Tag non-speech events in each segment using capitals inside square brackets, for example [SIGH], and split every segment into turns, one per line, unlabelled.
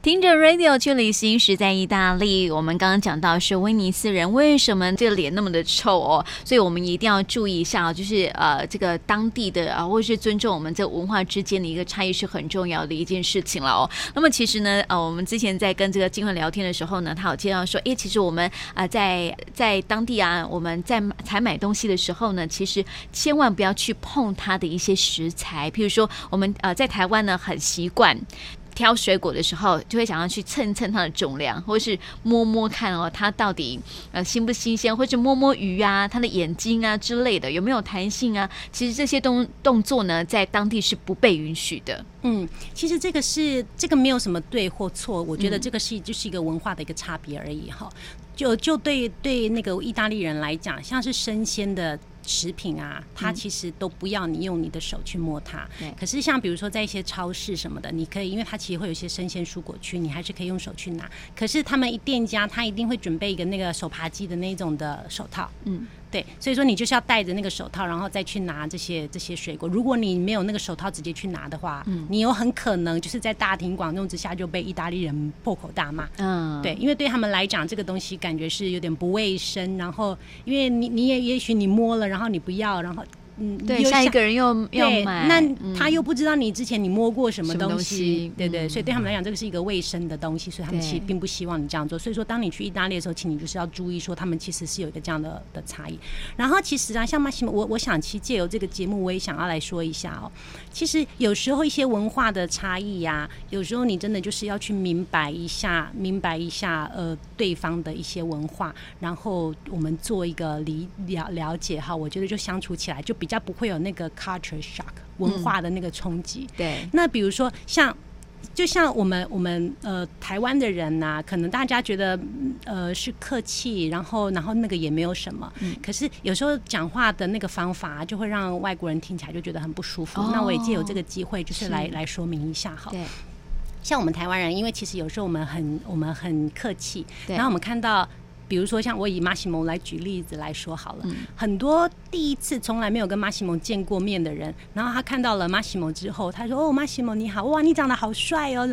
听着 radio 去旅行，时在意大利。我们刚刚讲到是威尼斯人为什么这个脸那么的臭哦，所以我们一定要注意一下哦，就是呃这个当地的啊、或者是尊重我们这文化之间的一个差异是很重要的一件事情了哦。那么其实呢，呃，我们之前在跟这个金文聊天的时候呢，他有介绍说，诶，其实我们啊、在在当地啊，我们在买采买东西的时候呢，其实千万不要去碰它的一些食材，譬如说我们呃在台湾呢很习惯。挑水果的时候，就会想要去称一称它的重量，或是摸摸看哦，它到底呃新不新鲜，或是摸摸鱼啊，它的眼睛啊之类的有没有弹性啊？其实这些动动作呢，在当地是不被允许的。
嗯，其实这个是这个没有什么对或错，我觉得这个是就是一个文化的一个差别而已哈。就就对对那个意大利人来讲，像是生鲜的食品啊，它其实都不要你用你的手去摸它。
对
可是像比如说在一些超市什么的，你可以，因为它其实会有一些生鲜蔬果区，你还是可以用手去拿。可是他们一店家他一定会准备一个那个手扒鸡的那种的手套，
嗯，
对，所以说你就是要戴着那个手套，然后再去拿这些这些水果。如果你没有那个手套直接去拿的话，
嗯
你有很可能就是在大庭广众之下就被意大利人破口大骂。
嗯，
对，因为对他们来讲，这个东西感觉是有点不卫生。然后，因为你你也也许你摸了，然后你不要，然后嗯，
对，
又嗯
下一个人又要
对，
买，嗯
那他又不知道你之前你摸过什么
什么
东西，
东西
对对，
嗯
所以对他们来讲，这个是一个卫生的东西，所以他们其实
对
并不希望你这样做。所以说，当你去意大利的时候，请你就是要注意说，他们其实是有一个这样的的差异。然后其实啊，像马西姆，我我想其实借由这个节目，我也想要来说一下哦。其实有时候一些文化的差异呀、有时候你真的就是要去明白一下，明白一下呃对方的一些文化，然后我们做一个理了了解哈，我觉得就相处起来就比较不会有那个 culture shock 文化的那个冲击。
对，
那比如说像。就像我们我们呃台湾的人呐、可能大家觉得嗯呃是客气，然后然后那个也没有什么，可是有时候讲话的那个方法就会让外国人听起来就觉得很不舒服。
哦
那我也借有这个机会，就是
是
来来说明一下哈。
对，
像我们台湾人，因为其实有时候我们很我们很客气，
对
然后我们看到。比如说，像我以马西蒙来举例子来说好了，
嗯
很多第一次从来没有跟马西蒙见过面的人，然后他看到了马西蒙之后，他说：“哦，马西蒙你好，哇，你长得好帅哦。”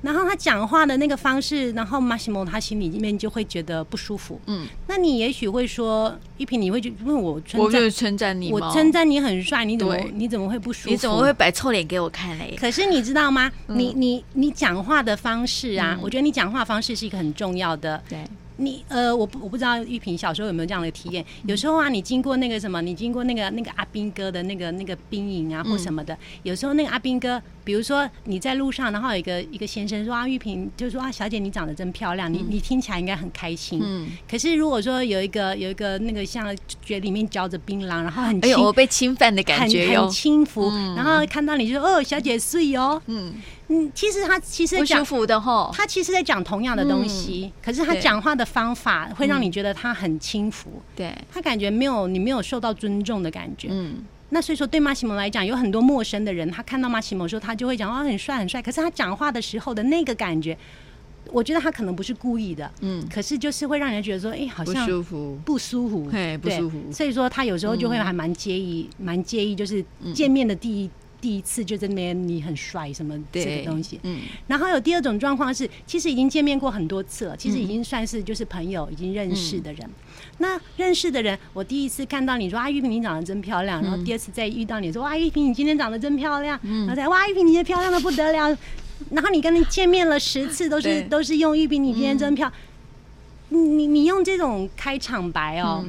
然后他讲话的那个方式，然后马西蒙他心里面就会觉得不舒服。
嗯，
那你也许会说，一平，你会就问我称
我
赞，
就称赞你
我
嘛，
称赞你很帅，你怎么
对
你怎么会不舒服？
你怎么会摆臭脸给我看嘞？
可是你知道吗？
嗯
你你你讲话的方式啊，我觉得你讲话方式是一个很重要的。
对，
你呃，我不我不知道玉萍小时候有没有这样的体验。
嗯
有时候啊，你经过那个什么，你经过那个那个阿兵哥的那个那个兵营啊，或什
嗯
么的，有时候那个阿兵哥，比如说你在路上，然后有一个一个先生说啊，玉萍就说啊，小姐你长得真漂亮，你你听起来应该很开心。
嗯，
可是如果说有一个有一个那个像嘴里面嚼着槟榔，然后很
哎
轻
呦，我被侵犯的感觉嗯
很
哟
很，轻浮，然后看到你就说哦，小姐睡哦，
嗯，
嗯，其实他其实在
不舒
讲。
服嗯的吼。
他其实在讲同样的东西，可是他
对
讲话的方法会让你觉得他很轻浮，
对，
他感觉没有你没有受到尊重的感觉。
嗯，
那所以说，对马西蒙来讲，有很多陌生的人，他看到马西蒙说，他就会讲哦，很帅很帅。可是他讲话的时候的那个感觉，我觉得他可能不是故意的，
嗯，
可是就是会让人觉得说，哎、好
不
像
舒服。
不舒服，
嘿不
对
舒服嗯
所以说他有时候就会还蛮介意，蛮、介意，就是见面的第一、第一次就在那边你很帅什么
对，
这个东西。
嗯，
然后有第二种状况是，其实已经见面过很多
嗯
次了，其实已经算是就是朋友，已经认识的人。那认识的人，我第一次看到你说啊，玉萍你长得真漂
嗯
亮，然后第二次再遇到你说哇，玉萍你今天长得真漂亮，
嗯
然后再哇，玉萍你今天漂亮的不得了。然后你跟你见面了十次，都
对嗯
是都是用玉萍你今天真漂亮。你你你用这种开场白哦，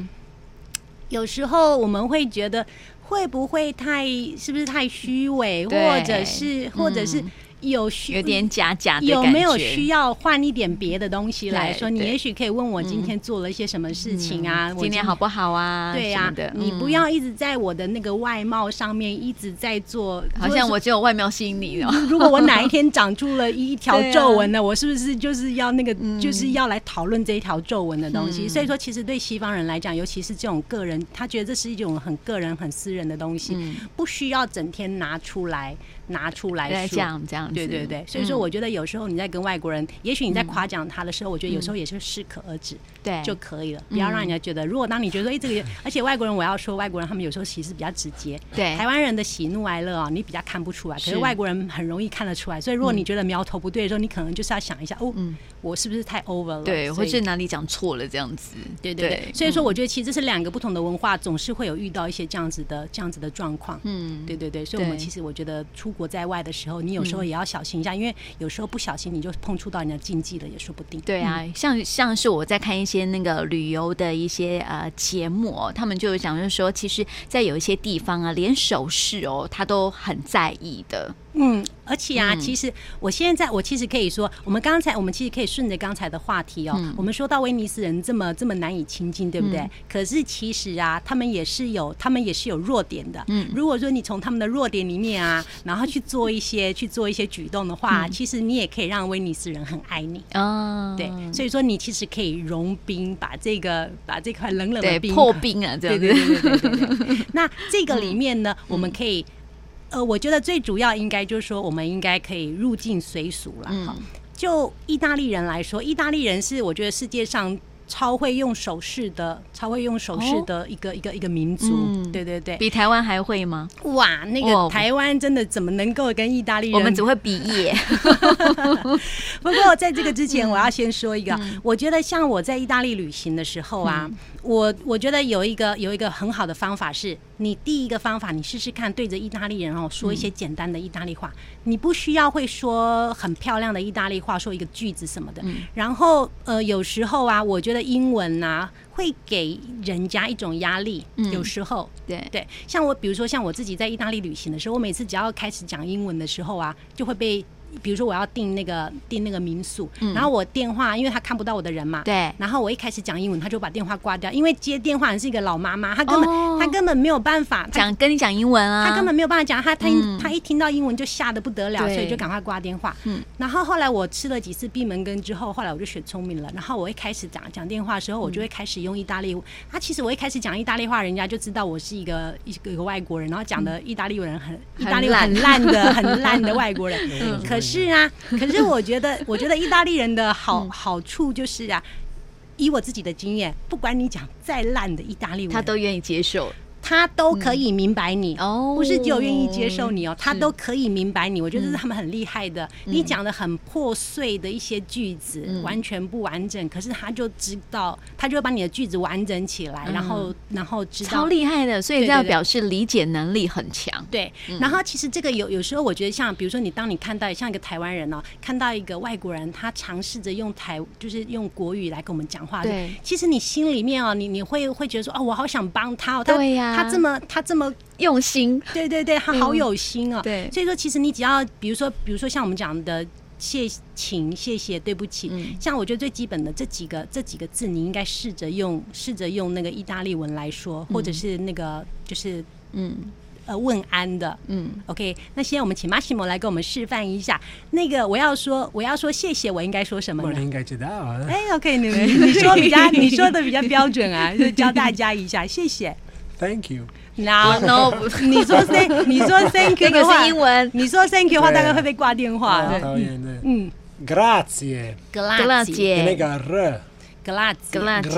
有时候我们会觉得会不会太是不是太虚伪，
对嗯
或者是或者是有虚
有点假假的
有
感
没有
觉
需要换一点别的东西来
对
说？你
对嗯
也许可以问我今天做了一些什么事情啊？我
今天好不好啊？
对
呀、
啊
的，，
你不
嗯、
要一直在我的那个外貌上面一直在做，
好像我只有外貌吸引你哦。
如果我哪一天长出
[LAUGHS]
了一一条
对啊
皱纹呢，我是不是就是要那个，就是要来讨论这一条皱纹的东西？
嗯
所以说，其实对西方人来讲，尤其是这种个人，他觉得这是一种很个人、很私人的东西，
嗯
不需要整天拿出来，拿出来
来
说。
讲这样子，嗯
对对对，所以说我觉得有时候你在跟外国人，也许你在夸奖他的时候，我觉得有时候也是适可而止
对
就可以了，不要让人家觉得。如果当你觉得哎这
嗯
个，而且外国人我要说外国人他们有时候其实比较直接，
对
台湾人的喜怒哀乐啊，你比较看不出来，可
嗯是
是外国人很容易看得出来。所以如果你觉得苗头不对的时候，你可能就是要想一下，哦，我是不是太 over 了？
对，
所
或
以
是哪里讲错了这样子，
对对对，所以说我觉得其实这是两个不同的文化，总是会有遇到一些这样子的这样子的状况。
嗯，
对对对，嗯所以我们
对
其实我觉得出国在外的时候，你有时候也要小心一下，因为有时候不小心你就碰触到你的禁忌了，也说不定。
对啊，像像是我在看一些那个旅游的一些呃节目哦，他们就有讲，就是说，其实，在有一些地方啊，连首饰哦，他都很在意的。
嗯，而且啊，其实我现在我其实可以说，我们刚才我们其实可以顺着刚才的话题哦，我们说到威尼斯人这么这么难以亲近，对不对？可是其实啊，他们也是有他们也是有弱点的。嗯，如果说你从他们的弱点里面啊，然后去做一些去做一些举动的话，其实你也可以让威尼斯人很爱你。
啊，
对，所以说你其实可以融冰，把这个把这块冷冷的
对，
冰
破冰啊，这样嗯子。
对对对对对对
[LAUGHS]
对。那这个里面呢，我们可以，呃，我觉得最主要应该就是说，我们应该可以入境随俗
嗯
了。哈。就意大利人来说，意大利人是我觉得世界上。超会用手势的，超会用手势
哦
的一个、一个一个民族，
嗯
对对对，
比台湾还会吗？
哇，那
哇
个台湾真的怎么能够跟意大利人？
我们只会比耶。
[LAUGHS] 不过在这个之前，我要先说一个，我觉得像我在意大利旅行的时候啊，我我觉得有一个有一个很好的方法是，你第一个方法，你试试看对着意大利人哦说一些简单的意大利话，你不需要会说很漂亮的意大利话，说一个句子什么的。然后呃，有时候啊，我觉得英文呐、会给人家一种压力，有时候。
对，
[LAUGHS] 对，像我比如说像我自己在意大利旅行的时候，我每次只要开始讲英文的时候啊，就会被。比如说我要订那个订那个民宿，然后我电话，因为他看不到我的人嘛，
嗯对
然后我一开始讲英文，他就把电话挂掉，因为接电话人是一个老妈妈，她根本、
哦
她根本没有办法，她
讲跟你讲英文啊，嗯
[LAUGHS] 他根本没有办法讲，他他、他一听到英文就吓得不得了，
对
所以就赶快挂电话。嗯，然后后来我吃了几次闭门羹之后，后来我就学聪明了。然后我一开始讲讲电话的时候，我就会开始用意大利。啊，其实我一开始讲意大利话，人家就知道我是一
嗯
个一个一个外国人，然后讲的意大利人很、意大利文很烂的很烂的外国人。可是啊，可是我觉得 [LAUGHS] 我觉得意大利人的
嗯
好、好处就是啊。以我自己的经验，不管你讲再烂的意大利文，
他都嗯愿意接受。
他都可以明白你、
哦
不是只有愿意接受你哦，他都可以明白你。我
嗯
觉得这是他们很厉害的。你讲的很破碎的一些句子，
嗯
完全不完整，可是他就知道，他就会把你的句子完整起来，然后然后知
嗯超
道。
厉害的，所以
对对
这样
对
表示理解能力很强。
对，然后其实这个有有时候我觉得像，比如说你当你看到像一个台湾人哦，看到一个外国人，他尝试着用台就是用国语来跟我们讲话，
对，
其实你心里面哦，你你会会觉得说哦，我好想帮他哦，他
对呀
他这么他这么
用心，
[LAUGHS] 对对对，他好有心哦。
对
所以说其实你只要比如说，比如说像我们讲的。谢请谢谢对不起，像我觉得最基本的这几个这几个字，你应该试着用试着用那个意大利文来说，或者是那个就是 [LAUGHS]
嗯
呃问安的，
嗯，
OK，那现在我们请 Massimo 来给我们示范一下。那个我要说我要说谢谢，我应该说什么
我
呢？
应该知道啊。
哎，OK，你 [LAUGHS] 们你说比较你说的比较标准 [LAUGHS] 啊，就教大家一下，谢谢。
Thank you。
No
[LAUGHS] no，
[LAUGHS] 你说 thank 你说 thank you
[LAUGHS] 那个
的话
是英文
你说 thank you 的话，
对
大概会被挂电话。
啊讨厌的。
嗯
Grazie。
格
格拉
拉吉，
那
姐，
个 r
格拉
格
吉，
拉姐，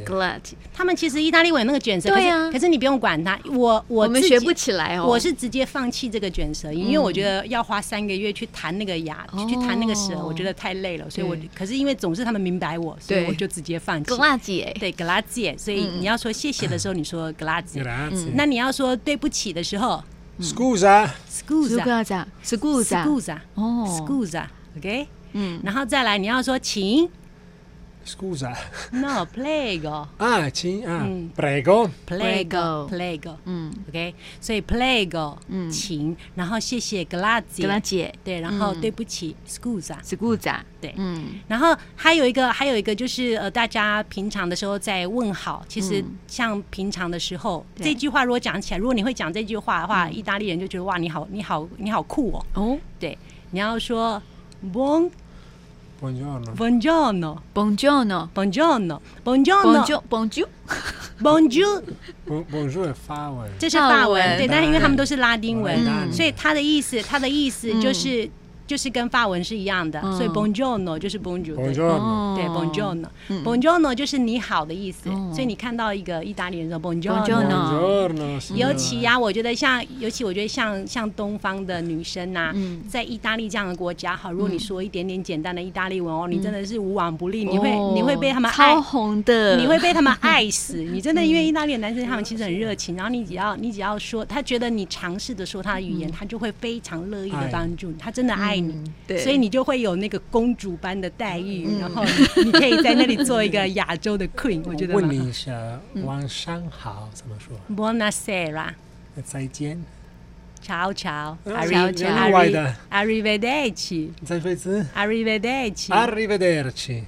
Grazie
格拉姐，
他们其实意大利文有那个卷舌，可
对
是
啊
可是你不用管它。我我
我们
自
学
己
不起来哦。嗯
我是直接放弃这个卷舌音，因为我觉得要花三个月去弹那个牙，
哦
去弹那个舌，我觉得太累了，所以我
对
可是因为总是他们明白我，所以
对
我就直接放弃
格。拉嗯姐，
对格拉姐，所以你要说谢谢的时候，你说格拉姐；
Grazie。
那你要说对不起的时候
Scusa。
苏
scusa
格姐，苏格姐，
scusa
哦
scusa，OK，
嗯，
然后再来你要说请
Scusa。
no prego
啊，亲啊
嗯
，prego。
Prego
prego prego
嗯，
OK，所以 prego
嗯
请，然后谢谢格拉姐
格拉姐，
对，然后
嗯
对不起 scusa
苏格姐，
对，
嗯，
然后还有一个，还有一个就是呃，大家平常的时候在问好，其实像平常的时候，
嗯对嗯
这句话如果讲起来，如果你会讲这句话的话，意大利人就觉得哇，你好，你好，你好酷哦。
哦
对，你要说 Buon
Buongiorno。
buongiorno
，Bonjour 呢
buongiorno buongiorno
，Bonjour，Bonjour，
Bonjour，
bon bonjour 法文，
这是法
法文
文，对，但是因为他们都是拉丁文，
嗯
所以它的意思，它的意思就是、就是跟法文是一样的，
嗯
所以 Bonjour 呢就是 Bonjour，对
bonjour
对
哦
Bonjour 呢，Bonjour 呢就是你好的意思，所以你看到一个意大利人说 Bonjour
Buongiorno
嗯
no。
bonjour，
尤其呀、我觉得像，尤其我觉得像像东方的女生呐、在意大利这样的国家，好，如果你说一点点简单的意大利文哦，你真的是无往不利，你会你会被他们爱
哦超红的，
你会被他们
[LAUGHS]
爱死。你真的因为意大利的男生他们其实很热情，然后你只要你只要说，他觉得你尝试的说他的语
嗯
言，他就会非常乐意的帮
哎
助你，他真的爱你。
对
所以你就会有那个公主般的待遇，
嗯
然后你你可以在那里做一个亚洲的 queen，我觉得
问
蛮好。
你一下，晚上好怎么说？
Buonasera，
再见，
ciao ciao，
嗯
悄
Arri-
悄
Arri-
另外的
Arrivederci，Arrivederci，
再说一次，arrivederci。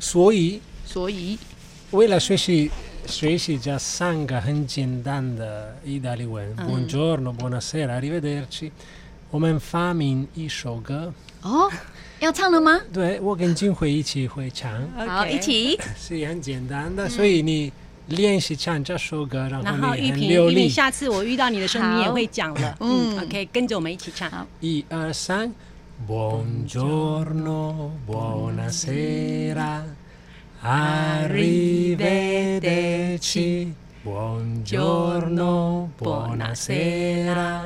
所以
所以
为了学习学习这三个很简单的意大利文，Buongiorno,
嗯
buonasera, arrivederci。我们发明一首歌，
哦，要唱了吗？
对我跟金慧一起会唱，
好，
OK
一。起
是很简单的，所以你练习唱这首歌，然
然后
后你
玉
很
萍，
流
玉萍，
利。
下次我遇到你的时候，你也会讲了。
嗯
嗯，OK，跟着我们一起唱。
一二三，Buongiorno, buonasera, arrivederci. Buongiorno, buonasera,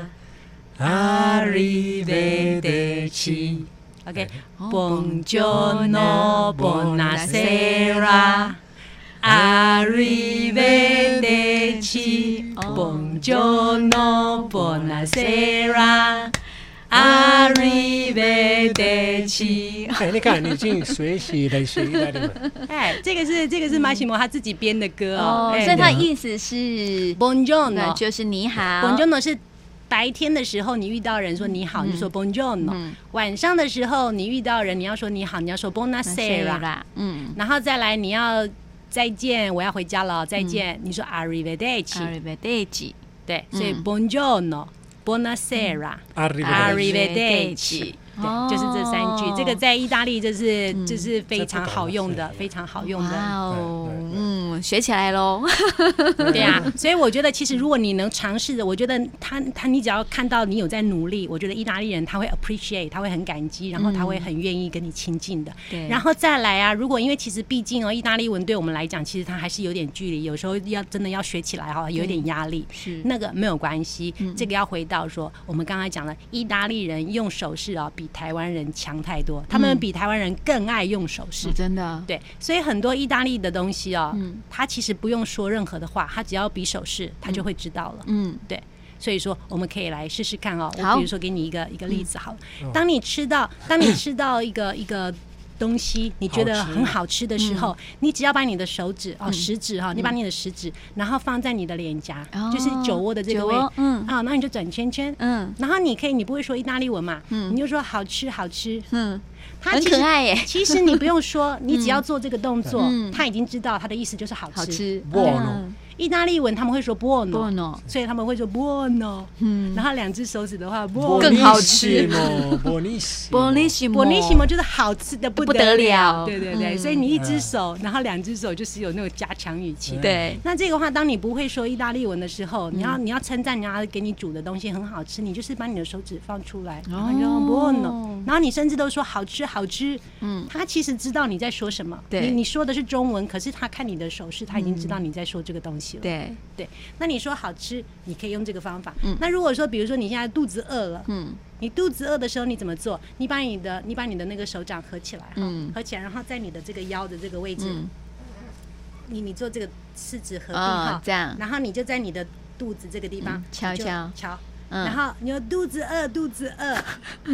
arrivederci.
OK，
哦
Buongiorno, buonasera, arrivederci.
哦
Buongiorno, buonasera, arrivederci。
哎，你看，你已经学习了学意大利文，
哎，这个是这个是马西摩他自己编的歌哦
哦，。
哎哦
所以它意思是，那
Buongiorno，
就是你好
Buongiorno 是白天的时候，你遇到人说你好，你就说 Buongiorno；晚上的时候，你遇到人，你要说你好，你要说 Buonasera。
Sarah，嗯
然后再来，你要再见，我要回家了，再见。你说 Arrivederci，
，Arrivederci，
对，所以
嗯
Buongiorno，Buonasera，
arrivederci。
Arrivederci。
哦
对，就是这三句，这个在意大利就是就是非常好用
这不
的，
懂是
非常好用
哇
的。
哦
对对，对
嗯，学起来喽，
[LAUGHS] 对啊，
eh,
所以我觉得其实如果你能尝试着，我觉得他他你只要看到你有在努力，我觉得意大利人他会 appreciate，他会很感激，然后他会很愿意跟你亲近的。
对
然后再来啊，如果因为其实毕竟哦，意大利文对我们来讲，其实它还是有点距离，有时候要真的要学起来哈、有一点压力。
是
那个没有关系，这个要回到说，我们刚才讲了，意大利人用手势啊、比台湾人强太多，他们比台湾人更爱用手势。
是真的，
对，所以很多意大利的东西哦，
嗯
他其实不用说任何的话，他只要比手势，他就会知道了。
嗯，
对，所以说我们可以来试试看哦。我
好嗯
比如说给你一个一个例子好了，当你吃到当你吃到一个一个。东西你觉得
好吃
很好吃的时候，
嗯
你只要把你的手指哦，食指哈、你把你的食指，然后放在你的脸颊，
哦
就是酒窝的这个
酒
位
窝，嗯
啊，然后你就转圈圈，
嗯
然后你可以，你不会说意大利文嘛，你就说好吃好吃，
嗯，
它
很
其实
可爱耶
[LAUGHS] 其实你不用
[LAUGHS]
说，你只要做这个动作，
嗯
他已经知道他的意思就是好吃。
好吃嗯
Buono
意大利文他们会说 buono，
，Buono，
所以他们会说 buono。然
嗯
后两只手指的话 buono。
更好吃
Buonissimo, buonissimo。
Buonissimo，
Buonissimo 就是好吃的不
不得了
对对对，
嗯
所以你一只手，然后两只手就是有那种加强语气。
对，
那这个话，当你不会说意大利文的时候，你要你要称赞人家给你煮的东西很好吃，你就是把你的手指放出来，然后你就说 buono，然后你甚至都说好吃好吃。嗯，他其实知道你在说什么，
对
你你说的是中文，可是他看你的手势，他已经知道你在说这个东西了。
对，
对，那你说好吃，你可以用这个方法。那如果说，比如说你现在肚子饿了，嗯，你肚子饿的时候你怎么做？你把你的你把你的那个手掌合起来，嗯，合起来，然后在你的这个腰的这个位
嗯
置，你你做这个四指合并
哦
哈、
这样
然后你就在你的肚子这个地方、
嗯敲一
你就
敲
敲。
嗯
然后你说肚子饿，肚子饿，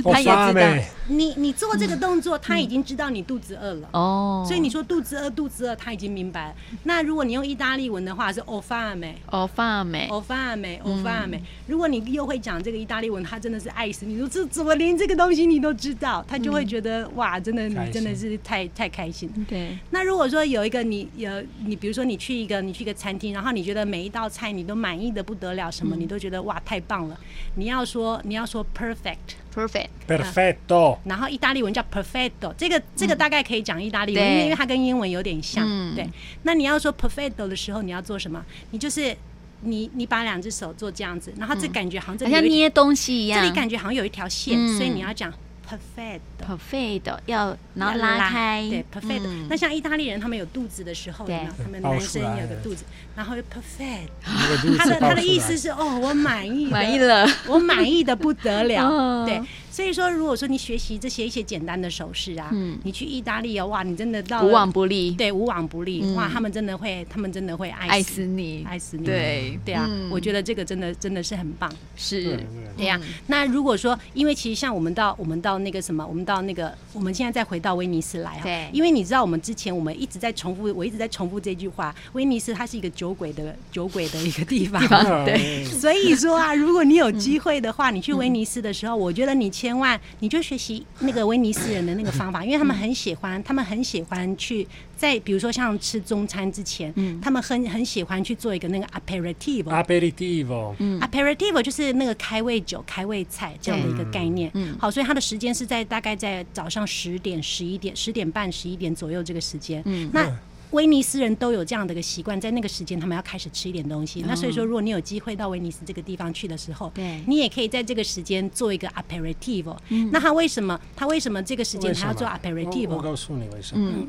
Ho
他也知道
fame,
你你做这个动作，他已经知道你肚子饿了。
哦，
所以你说肚子饿，肚子饿，他已经明白了。那如果你用意大利文的话是 o fame，
哦，发美，
欧巴美，欧
嗯
巴美。如果你又会讲这个意大利文，他真的是爱死你。说这怎么连这个东西你都知道，他
嗯
就会觉得、哇，真的
开
你
心
真的是太太开心。
对，
那如果说有一个你有你，比如说你去一个你去一个餐厅，然后你觉得每一道菜你都满意的不得了，什么、你都觉得哇太棒了，你要说你要说 perfect，
perfect，
Perfetto.
然后意大利文叫 perfetto，这个这个大概可以讲意大利文，
对
因为因为它跟英文有点像。
嗯
对，那你要说 perfetto 的时候，你要做什么？你就是你你把两只手做这样子，然后这感觉好像
嗯
这
好
里有
像
一
捏东西一
这
样。
里感觉好像有一条线，
嗯
所以你要讲 perfetto。
perfect 要然后
要
拉开，
对 perfect、
嗯
那像意大利人，他们有肚子的时候，有没有
对
他们
爆
男
出
生
来
有个
了
肚子，然后 perfect，
Due due
他的
se
他的
posso
意思
dare.
是哦，我满意，
满意，了，
我满意的不得
[LAUGHS] 嗯
了。对，所以说，如果说你学习这些一些简单的手势啊，
嗯
你去意大利啊，哇，你真的到了
无往不利，
对无往不利，
嗯
哇，他们真的会，他们真的会爱
爱
死
死你，
爱死你，
对
对啊
嗯，
我觉得这个真的真的是很棒。
是嗯
Bene, bene.
对呀、啊那如果说，因为其实像我们到我们到那个什么，我们到那个，我们现在再回到威尼斯来哈，啊
对
因为你知道我们之前我们一直在重复，我一直在重复这句话，威尼斯它是一个酒鬼的酒鬼的一个地方。
Ah,
Dai.
eh,
[LAUGHS] 所以说啊，如果你有机会的话，你去威尼斯的时候，我觉得你千万你就学习那个威尼斯人的那个方法，因为他们很喜欢，他们很喜欢去在比如说像吃中餐之前，他们很很喜欢去做一个那个 aperitivo，
Aperitivo.
Mm. aperitivo 就是那个开胃酒、开胃菜这样的一个概念。
嗯嗯
好，所以它的时间是在大概在早上十点、十一点、十点半、十一点左右这个时间。
嗯
那威尼斯人都有这样的一个习惯，在那个时间他们要开始吃一点东西。那所以说，如果你有机会到威尼斯这个地方去的时候，
对
你也可以在这个时间做一个 aperitivo。那他为什么他为什么这个时间
Voi
他要
sama.
做
O- o
aperitivo？
kao su ni voi sama.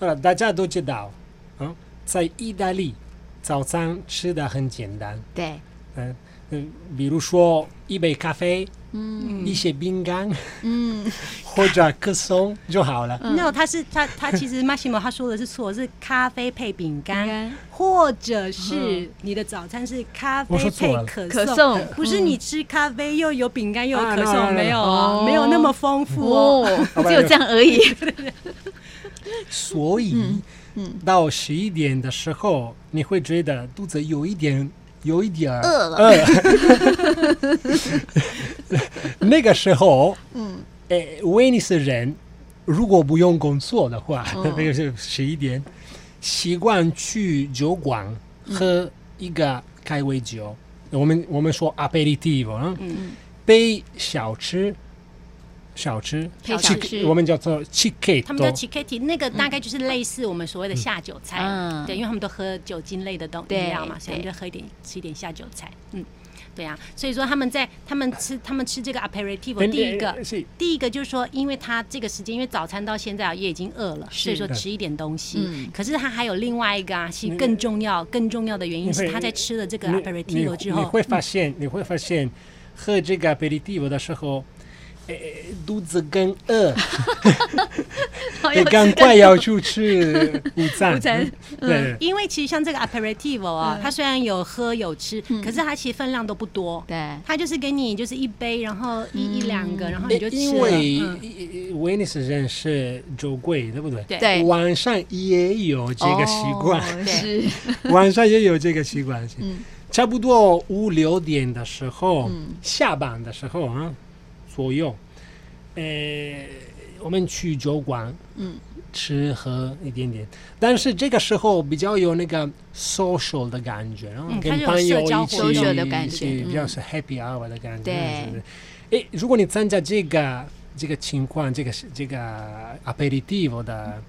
Allora, da già do je dao. no? Sai, i da lì, zao zang, ci da hen jian dan.
对，
Eh, eh, 比如说一杯咖啡，
嗯
一些饼干， [LAUGHS]
嗯，
或者可颂就好了。
no，他是他他其实 Massimo 他说的是错，是咖啡配饼干
饼干，
或者是你的早餐是咖啡
我说错
配
了
可
可
颂，
颂
不是你吃咖啡又有饼干又有
啊
可
那那
颂，
那
没有哦
哦
没有那么丰富哦。
哦，
好
[LAUGHS]
吧
只有这样而
[LAUGHS]
已，
所以，
嗯
到十一点的时候，你会觉得肚子有一点。有一点儿
饿了
饿， [LAUGHS] 那个时候，嗯，诶，威尼斯人如果不用工作的话，
哦
[LAUGHS] 那个是十一点，习惯去酒馆
嗯
喝一个开胃酒，我们我们说 aperitivo，啊
嗯
杯小吃，小吃，
配小
Chic-
吃
我们叫做 chiquetto，
他们叫 chiquetti，那个大概就是类似我们所谓的下酒菜，
嗯
对，因为他们都喝酒精类的东饮
对
料嘛，所以他
对
们就喝一点吃一点下酒菜，嗯，对啊，所以说他们在他们吃他们吃这个 aperitivo，
嗯
第一个
呃是
第一个就是说，因为他这个时间，因为早餐到现在啊也已经饿了，所以说
对
吃一点东西。
嗯
可是他还有另外一个啊，是
你
更重要、更重要的原因
你会
是他在吃了这个
你
aperitivo
你
之
你
后，
会发现，你会发现，喝这个 aperitivo 的时候，呃，肚子更
[LAUGHS]
饿，你赶快要去吃午
[LAUGHS]
餐。
午餐
嗯对，
因为其实像这个 aperitivo
嗯
啊，它虽然有喝有吃，可是它其实分量都不多。
对，
它就是给你就是一杯，然后一、一两个，然后
呃
你就吃
因
了。
为
嗯
呃威尼斯人是酒鬼，对不对？
对
对
晚上也有这个习惯，
哦
对
是， [LAUGHS]
晚上也有这个习惯。
嗯
差不多五六点的时候，
嗯
下班的时候啊左右，呃，我们去酒馆，
嗯，
吃喝一点点。但是这个时候比较有那个 social 的感觉，然后
嗯它
跟
是有
朋友
社交
一起
活动 social 的感
一起
觉
比较
嗯
是 happy hour 的感觉。
对
是不是，诶，E 如果你参加这个这个情况，这个这个 aperitivo 的。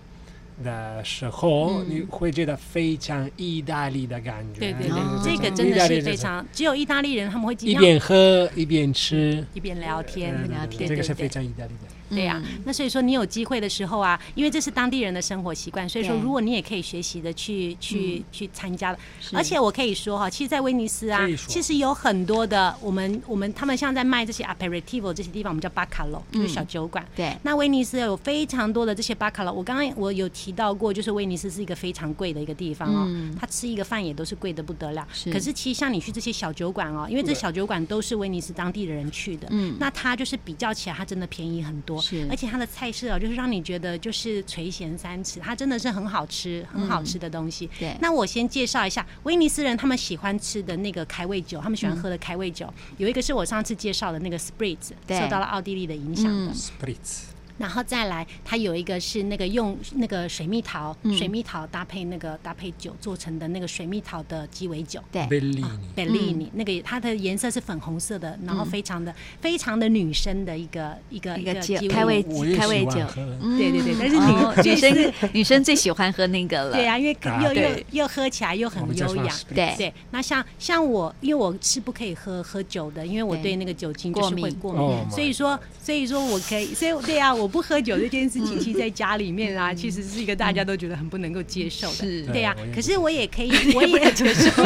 的时候，
嗯
你会觉得非常意大利的感觉。
对对
哦
对，这个真
嗯意大
的是
利人
非常，只有意大利人他们会
一
尽量
边喝一边吃，
一边聊天，
嗯
聊天
这个是
对对对
非常意嗯大利的。
对呀、那所以说你有机会的时候啊，因为这是当地人的生活习惯，所以说
对
如果你也可以学习的去去、
嗯
去参加了，
是
而且我可以说哈，其实，在威尼斯啊
可以，说
其实有很多的我们我们他们像在卖这些 aperitivo 这些地方，我们叫巴卡罗，就是小酒馆。
对，
那威尼斯有非常多的这些巴卡罗，我刚刚我有提到过，就是威尼斯是一个非常贵的一个地方哦，
嗯
它吃一个饭也都是贵的不得了。
是
可是其实像你去这些小酒馆哦，因为这小酒馆都是威尼斯当地的人去的，
嗯
那它就是比较起来，它真的便宜很多，
是
而且它的菜色哦，就是让你觉得就是垂涎三尺，它真的是很好吃，很
嗯
好吃的东西。
对
那我先介绍一下威尼斯人他们喜欢吃的那个开胃酒，他们喜欢喝的开胃酒，有一个是我上次介绍的那个 Spritz，
对
受到了奥地利的影响的。
嗯
Spritz，
然后再来，它有一个是那个用那个水蜜桃，水蜜桃搭配那个搭配酒做成的那个水蜜桃的鸡尾酒。
对，
贝利
啊
尼，
贝利尼，那个它的颜色是粉红色的，然后非常的、非常的女生的一个一个
一个
鸡
酒
尾
开胃
酒嗯
我也
开胃
喜
酒
欢喝。
对对对，但是女、
嗯哦女
就是
生女生最喜欢喝那个了。
对呀、因为
啊
又又
对
又喝起来又很
我们叫
优
什么
雅。
Spritz
对
对，那像像我，因为我是不可以喝喝酒的，因为我
对
对那个酒精就是
过
会
敏
过
哦
敏，
my
所以说所以说我可以，所以对啊，我不喝酒这件事
嗯
情，其实在家里面啊，其实是一个大家都觉得很不能够接受的。
是
对啊
对我也，
可
不
是我也可以，
[LAUGHS]
我也接受。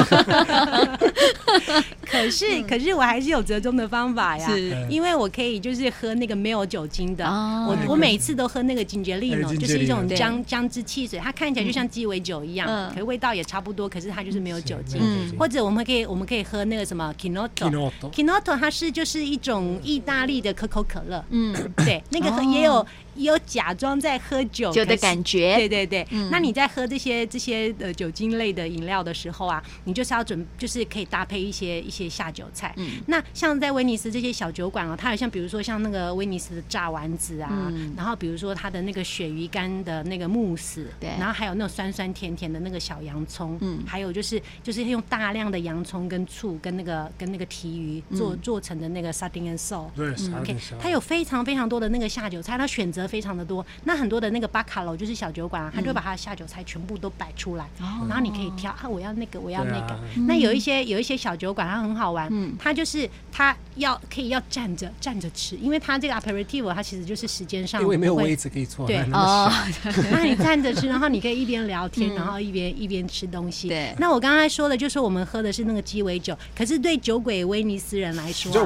可是，可是我还是有折中的方法呀，
嗯是
嗯
因为我可以就是喝那个没有酒精的。
哦
我我每次都喝那个金桔利
哎
呢，
金
就
桔
是一种
利
姜姜汁汽水，它看起来就像鸡尾酒一
嗯
样，可味道也差不多，可是它就是没有酒精。
嗯
或者我们可以我们可以喝那个什么 Kinoto。
Kinotto
Kinoto 它是就是一种意大利的可口可乐，
嗯，
对，那个喝
哦
也有也有假装在喝酒
酒的
可是
感觉
对对对，
嗯
那你在喝这些这些呃酒精类的饮料的时候啊，你就是要准，就是可以搭配一些一些下酒菜。
嗯
那像在威尼斯这些小酒馆啊，它有像比如说像那个威尼斯的炸丸子啊，
嗯
然后比如说它的那个鳕鱼干的那个慕斯，
对
然后还有那种酸酸甜甜的那个小洋葱，
嗯
还有就是就是用大量的洋葱跟醋跟那个跟那个提鱼做、
嗯
做成的那个 sardine and salt，
对，啥
OK，
的啥的
嗯它有非常非常多的那个下酒菜，它选择非常的多。那很多的那个巴卡楼就是小酒
嗯
馆啊，它就会把它的下酒菜全部都摆出来，
哦
然后你可以挑啊，我要那个，我要那
对
个
啊。
那有一些有一些小酒馆它很好玩
嗯，
它就是它要可以要站着站着吃，因为它这个 aperitivo 它其实就是时间上
因为没有
不会
位置可以坐，
对
那么
[LAUGHS]
哦，
小
那你站着
[LAUGHS]
吃，然后你可以一边聊天，
嗯
然后一边一边吃东西。
对
那我刚才说的就是我们喝的是那个鸡尾酒，可是对酒鬼威尼斯人来说、啊，
[LAUGHS] 就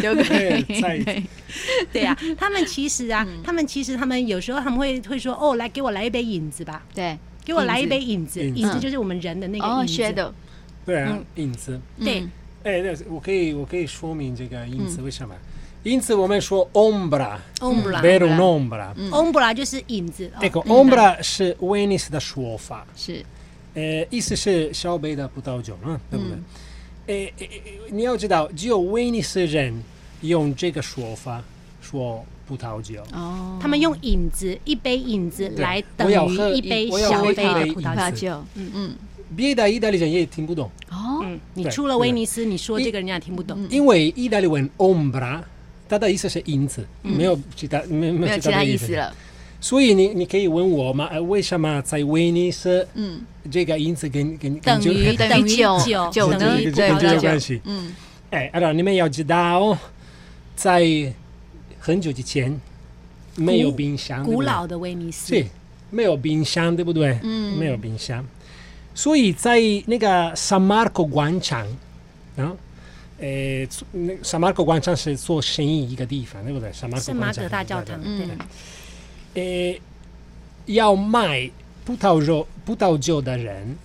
[LAUGHS]
酒鬼
对在
对
对啊，
[LAUGHS]
他们其实啊，
嗯
他们其实他们有时候他们会会说，哦，来给我来一杯影子吧，
对，
给我来一
影子
杯影子，
影子
影子就是我们人的那
哦
个影子。
，shadow，
对啊
嗯，
影子。
对
嗯
哎，那我可以我可以说明这个影子为什么？影子我们说 ombra，vero
，ombra，ombra
ombra 嗯
ombra。
就是影子。哦
这个 ombra 是威尼斯的说法，
是
呃，意思是小杯的葡萄酒嘛，对不
嗯
对？诶、诶诶你要知道，只有威尼斯人用这个说法说葡萄酒。
哦，
他们用影子一杯影子
对
来等
我要喝
于一
一
杯
我要
小
喝
杯
一
的
杯
葡
葡
萄
饮
酒。
萄
料
酒，嗯嗯，
别的意大利人也听不懂，
哦，
嗯，你
对
出了
对
威尼斯，你说
一
这个人家也听不懂。
嗯
因为意大利文 ombra 它的意思是影子，没有其他没没
嗯没
有
有
其
其他
他的
意
思
思。了，
所以你你可以问我嘛，呃为什么在威尼斯
嗯，
这个影子跟跟
等
跟酒
于
等于
于
酒
酒
酒
等
呢
于，葡
对
萄
跟酒有
酒
关系？
嗯
哎，啊，你们要知道，在很久之前没有
古
冰箱，对
古
不对
老的威尼斯
嗯是，没有冰箱，对不对？
嗯
没有冰箱，所以在那个 San Marco 广场，啊，呃，那 San Marco 广场是做生意一个地方，对不对？San Marco
圣马
广
可
场
大教堂。
对
对
嗯，
对呃，要卖葡萄酒葡萄酒的人，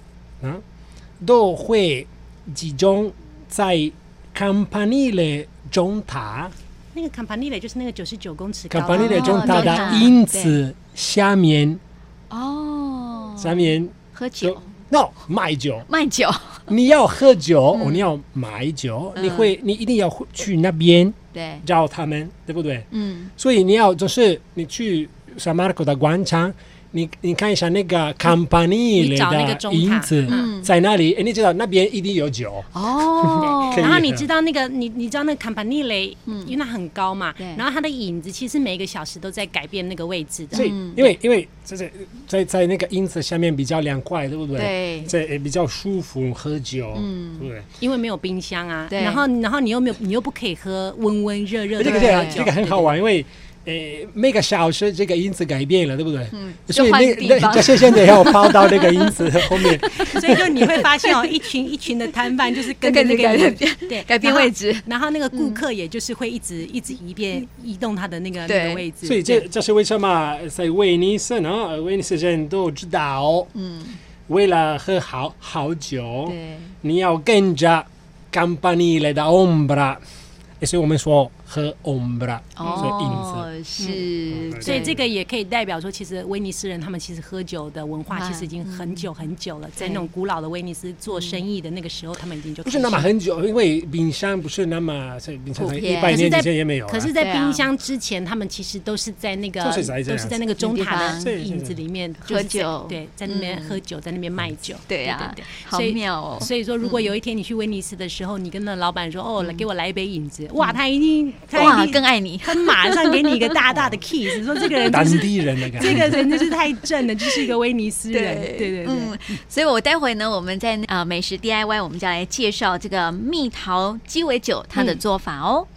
啊，都会集中在 Campanile 中塔
那个 Campanile 就是那个九十九公尺高啊哦的。
哦
，Campanile 中塔
中塔
的因子下面，
哦，
下面
喝
就
酒
no 卖酒。
卖酒，
你要
[LAUGHS]
喝酒，哦
嗯
你要买酒，你会，你一定要会去那边
对，
找他们，对不对？
嗯
所以你要就是你去 San Marco 的广场，你你看一下那个 Campanile
你找那个
的
钟塔
影子
嗯
在那里，哎你知道那边一定有酒，
哦，
可以
然后你
的
知道那个你你知道那个 Campanile，
嗯
因为它很高嘛
对，
然后它的影子其实每一个小时都在改变那个位置的
所。以
嗯
因为因为在在在在那个影子下面比较凉快，对不对？
对
这也比较舒服，喝酒，
嗯
对不对？
因为没有冰箱啊，
对
然后然后你又没有，你又不可以喝温温热热
这
的
个
对
这
热
个
酒，
这个很好玩，因为呃每个小时这个因子改变了，对不对？
嗯
所以
就换
那
地
那
方
这些现在要抛到那个因子后面，
所以就你会发现哦，一群一群的摊贩就是跟着
就
那
跟着
个
[LAUGHS]
改
人
变
对
改变位置嗯
然后，然后那个顾客也就是会一直一直移变移动他的那个
对
那个位置，
所以这这是为什么在威尼斯呢？呃威尼斯人都知道，
嗯，
为了喝好好酒，
对，
你要跟着 Campanile da Ombra 诶所以我们说喝 ombra，、所以影
哦，
子。
是，对
嗯所以这个也可以代表说，其实威尼斯人他们其实喝酒的文
啊
化其实已
嗯
经很久很久了，在那种古老的威尼斯做生意的那个时候，他们已经就
不是那么
开始
很久，因为冰箱不是那么，所以冰箱
普遍
一
可
百
是
年
在
之前也没有、啊。
可是，在冰箱之前，他们其实都是在那个
都是在这
都
样
是在那个中塔
那
的
地方
影子里面就是
喝
在
酒
对，在那边
嗯
喝酒，在那边卖酒，
对啊
对对，
好
所以
妙哦。
所以说，如果有一天你去威尼斯的时候，你跟那老板说：“哦，来给我来一杯影子。”哇，他一定他
嗯哇，
一
更
定
爱你，
他马上给你一个
[LAUGHS]
大大的 kiss，说这个人
当
就是
地人的感觉。
这个人就是太正了，就是一个威尼斯人。对对对，
嗯，所以我待会呢，我们
嗯
在呃美食 DIY，我们就来介绍这个蜜桃鸡尾酒它的做法哦。